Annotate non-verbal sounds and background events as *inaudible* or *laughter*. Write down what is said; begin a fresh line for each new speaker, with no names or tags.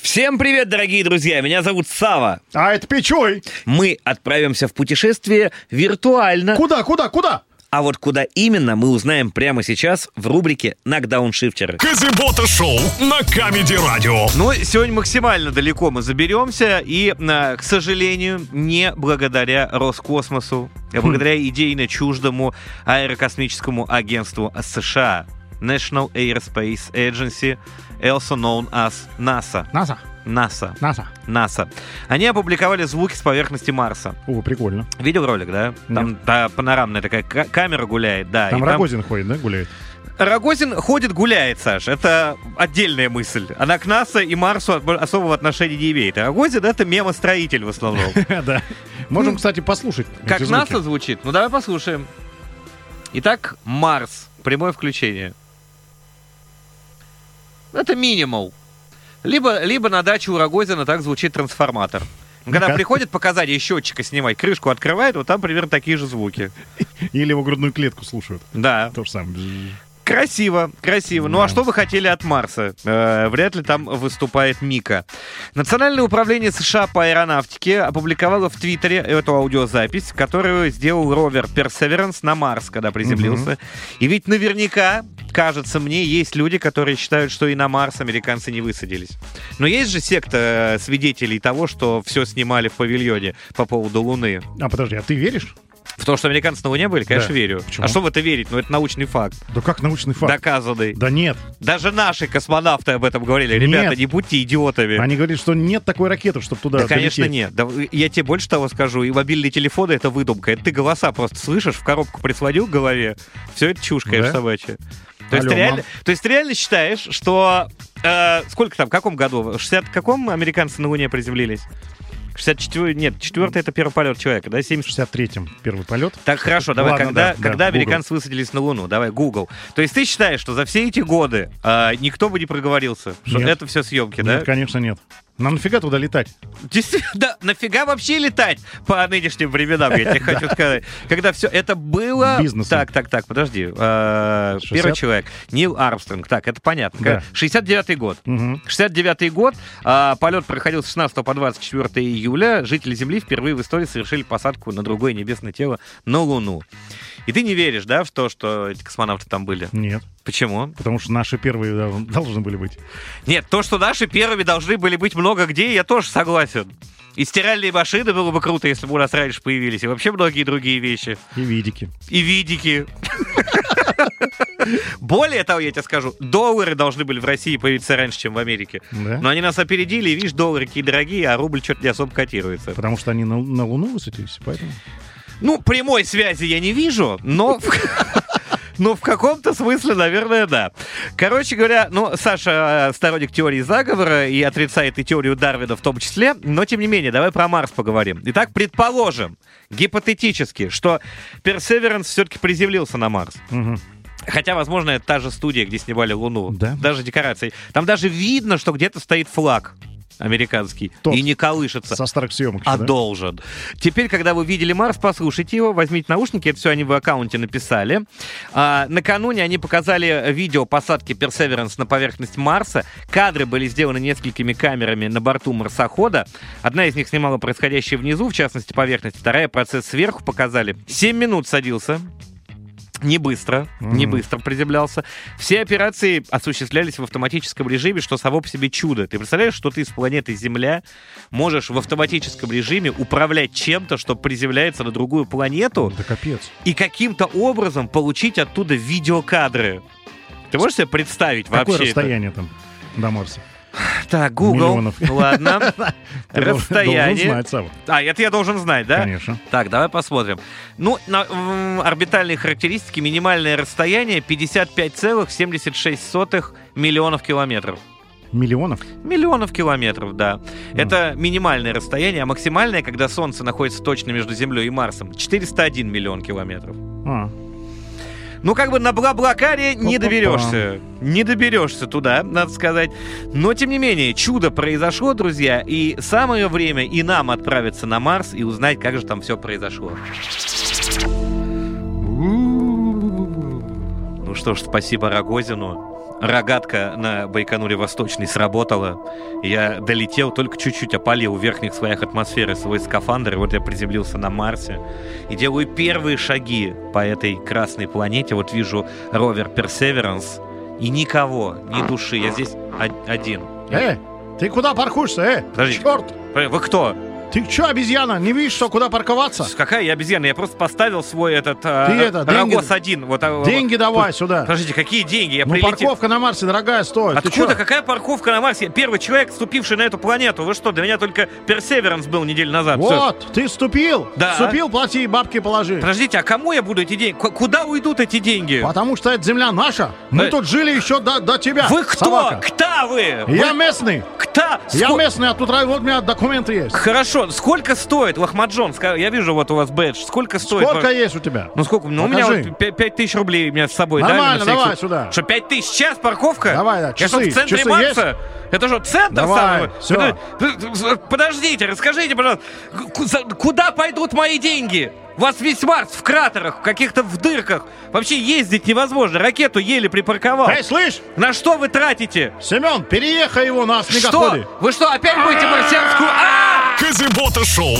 Всем привет, дорогие друзья! Меня зовут Сава.
А это Печуй.
Мы отправимся в путешествие виртуально.
Куда, куда, куда?
А вот куда именно, мы узнаем прямо сейчас в рубрике «Нокдауншифтеры».
Казибота Шоу на Камеди Радио.
Ну, сегодня максимально далеко мы заберемся, и, э, к сожалению, не благодаря Роскосмосу, а благодаря
Хм.
идейно чуждому аэрокосмическому агентству США, National Aerospace Agency, also known as NASA.
НАСА.
NASA.
НАСА.
NASA. Они опубликовали звуки с поверхности Марса.
О, прикольно.
Видел ролик, да? Там та панорамная такая ка- камера гуляет, да. А и
Там
там-
Рогозин ходит, да,
*laughs*
гуляет?
Рогозин ходит, гуляет, Саш. Это отдельная мысль. Она к НАСА и Марсу от- особого отношения не имеет. А Рогозин — это мемостроитель в
*laughs*
основном.
Да. Можем, кстати, послушать
Как
эти звуки.
НАСА звучит? Ну, давай послушаем. Итак, Марс. Прямое включение. Это минимал. Либо, либо на даче у Рогозина так звучит трансформатор. Когда
*laughs* Как?
приходит показания счетчика снимать, крышку открывает, вот там примерно такие же звуки.
Или его грудную клетку слушают.
Да.
То же самое.
Красиво, красиво. Ну а что вы хотели от Марса? Э, вряд ли там выступает Мика. Национальное управление США по аэронавтике опубликовало в Твиттере эту аудиозапись, которую сделал ровер Perseverance на Марс, когда приземлился. И ведь наверняка, кажется мне, есть люди, которые считают, что и на Марс американцы не высадились. Но есть же секта э, свидетелей того, что все снимали в павильоне по поводу Луны.
А, подожди, а ты веришь?
В то, что американцы на Луне были, конечно,
Да.
верю.
Почему?
А что в это верить? Ну это научный факт,
Да как научный факт?
доказанный.
Да нет.
Даже наши космонавты об этом говорили. Ребята,
Нет.
не будьте идиотами.
Они говорят, что нет такой ракеты, чтобы туда
да, конечно,
долететь.
нет. Да, я тебе больше того скажу. И мобильные телефоны — это выдумка. Это ты голоса просто слышишь, в коробку присводил к голове. Все это чушь, конечно,
Да?
собачья. То есть,
Алло,
ты реально,
мам.
то есть ты реально считаешь, что... э, сколько там, в каком году? В 60 каком американцы на Луне приземлились? 64 Нет, четвертый — это первый полет человека, да? 70
В 63-м первый полет.
Так, хорошо, давай,
Ладно,
когда,
да, да,
когда
Google.
американцы высадились на Луну, давай, Google. То есть ты считаешь, что за все эти годы а, никто бы не проговорился, что
Нет.
это все съемки,
Нет,
да?
конечно, нет. Нам нафига туда летать?
Действительно, *laughs* да, нафига вообще летать по нынешним временам, я тебе хочу сказать. Когда все это было...
Бизнесом.
Так, так, так, подожди. а,
60?
Первый человек, Нил Армстронг, так, это понятно.
Да.
69-й год.
Мгм.
69 год. А, полет проходил с 16 по 24 июля. Жители Земли впервые в истории совершили посадку на другое небесное тело, на Луну. И ты не веришь, да, в то, что эти космонавты там были?
Нет.
Почему?
Потому что наши первые да, должны были быть.
Нет, то, что наши первыми должны были быть много где, я тоже согласен. И стиральные машины было бы круто, если бы у нас раньше появились. И вообще многие другие вещи.
И видики.
И видики. *laughs* Более того, я тебе скажу, доллары должны были в России появиться раньше, чем в Америке.
Да?
Но они нас опередили, и видишь, доллары какие дорогие, а рубль что-то не особо котируется.
Потому что они на, на Луну высадились, поэтому...
Ну, прямой связи я не вижу, но... в- *laughs* Но в каком-то смысле, наверное, да. Короче говоря, ну, Саша э, сторонник теории заговора и отрицает и теорию Дарвина в том числе, но тем не менее, давай про Марс поговорим. Итак, предположим, гипотетически, что Персеверанс все-таки приземлился на Марс.
Мгм.
Хотя, возможно, это та же студия, где снимали Луну.
Да.
Даже декорации. Там даже видно, что где-то стоит флаг американский.
Тот.
И не колышется.
Со старых съемок.
А
еще, да?
должен. Теперь, когда вы видели Марс, послушайте его, возьмите наушники, это все они в аккаунте написали. А, накануне они показали видео посадки Perseverance на поверхность Марса. Кадры были сделаны несколькими камерами на борту марсохода. Одна из них снимала происходящее внизу, в частности поверхность, вторая процесс сверху показали. 7 минут садился. Не быстро, не
Мгм.
быстро приземлялся. Все операции осуществлялись в автоматическом режиме, что само по себе чудо. Ты представляешь, что ты с планеты Земля можешь в автоматическом режиме управлять чем-то, что приземляется на другую планету,
Да капец.
и каким-то образом получить оттуда видеокадры. Ты можешь себе представить
Какое
вообще? это?
расстояние там до Марса?
Так, Google.
Миллионов.
Ладно.
*laughs* Ты должен-
Расстояние.
должен знать, Сава.
А, это я должен знать, да?
Конечно.
Так, давай посмотрим. Ну, на, м, орбитальные характеристики, минимальное расстояние 55,76 миллионов километров.
Миллионов?
Миллионов километров, да.
Мгм.
Это минимальное расстояние, а максимальное, когда Солнце находится точно между Землей и Марсом, 401 миллион километров.
А,
Ну, как бы на Блаблакаре не
Па-па-па.
доберешься. Не доберешься туда, надо сказать. Но, тем не менее, чудо произошло, друзья, и самое время и нам отправиться на Марс и узнать, как же там все произошло. Ну что ж, спасибо Рогозину. Рогатка на Байконуре Восточной сработала. Я долетел, только чуть-чуть опалил в верхних слоях атмосферы свой скафандр, и вот я приземлился на Марсе. И делаю первые шаги по этой красной планете. Вот вижу ровер Персеверанс, и никого, ни души. Я здесь од- один.
Э, ты куда паркуешься, э?
Подожди.
Черт!
Э, Вы кто?
Ты чё, обезьяна, не видишь, что куда парковаться?
С- Какая я обезьяна? Я просто поставил свой этот э,
Ты это,
Рогос
деньги-
один. Вот, а,
Деньги
вот.
давай сюда.
Подождите, какие деньги? Я
Ну,
прилетел.
парковка на Марсе дорогая стоит. А Ты
Откуда?
чё?
Какая парковка на Марсе? Я первый человек, ступивший на эту планету. Вы что, для меня только Персеверанс был неделю назад. Всё.
Вот, ты ступил.
Да.
Ступил, плати, бабки положи.
Подождите, а кому я буду эти деньги? Ку- Куда уйдут эти деньги?
Потому что эта земля наша. Мы
Э.
тут жили еще до, до тебя.
Вы кто?
собака.
Кто вы?
Я
Вы
местный.
Кто?
Я
Ско-
местный, а тут ра- вот у меня документы есть.
Хорошо, сколько стоит, Лохмаджон? Ска- Я вижу, вот у вас бэдж. Сколько стоит?
Сколько
ваш-
есть у тебя?
Ну сколько? Ну, у меня
Покажи.
вот пя- пять тысяч рублей у меня с собой. да,
Нормально,
на всякий
давай
случай?
сюда.
Что, пять тысяч час парковка?
Давай, да,
Я что,
часы,
в центре
часы
Марса? Это что, центр
Давай,
самый? Это- Подождите, расскажите, пожалуйста, ку- за- куда пойдут мои деньги? У вас весь Марс в кратерах, в каких-то в дырках. Вообще ездить невозможно. Ракету еле припарковал.
Эй, слышь,
На что вы тратите?
Семен, переехай его на снегоходе.
Что? Вы что, опять будете марсианскую... А!
Казибота шоу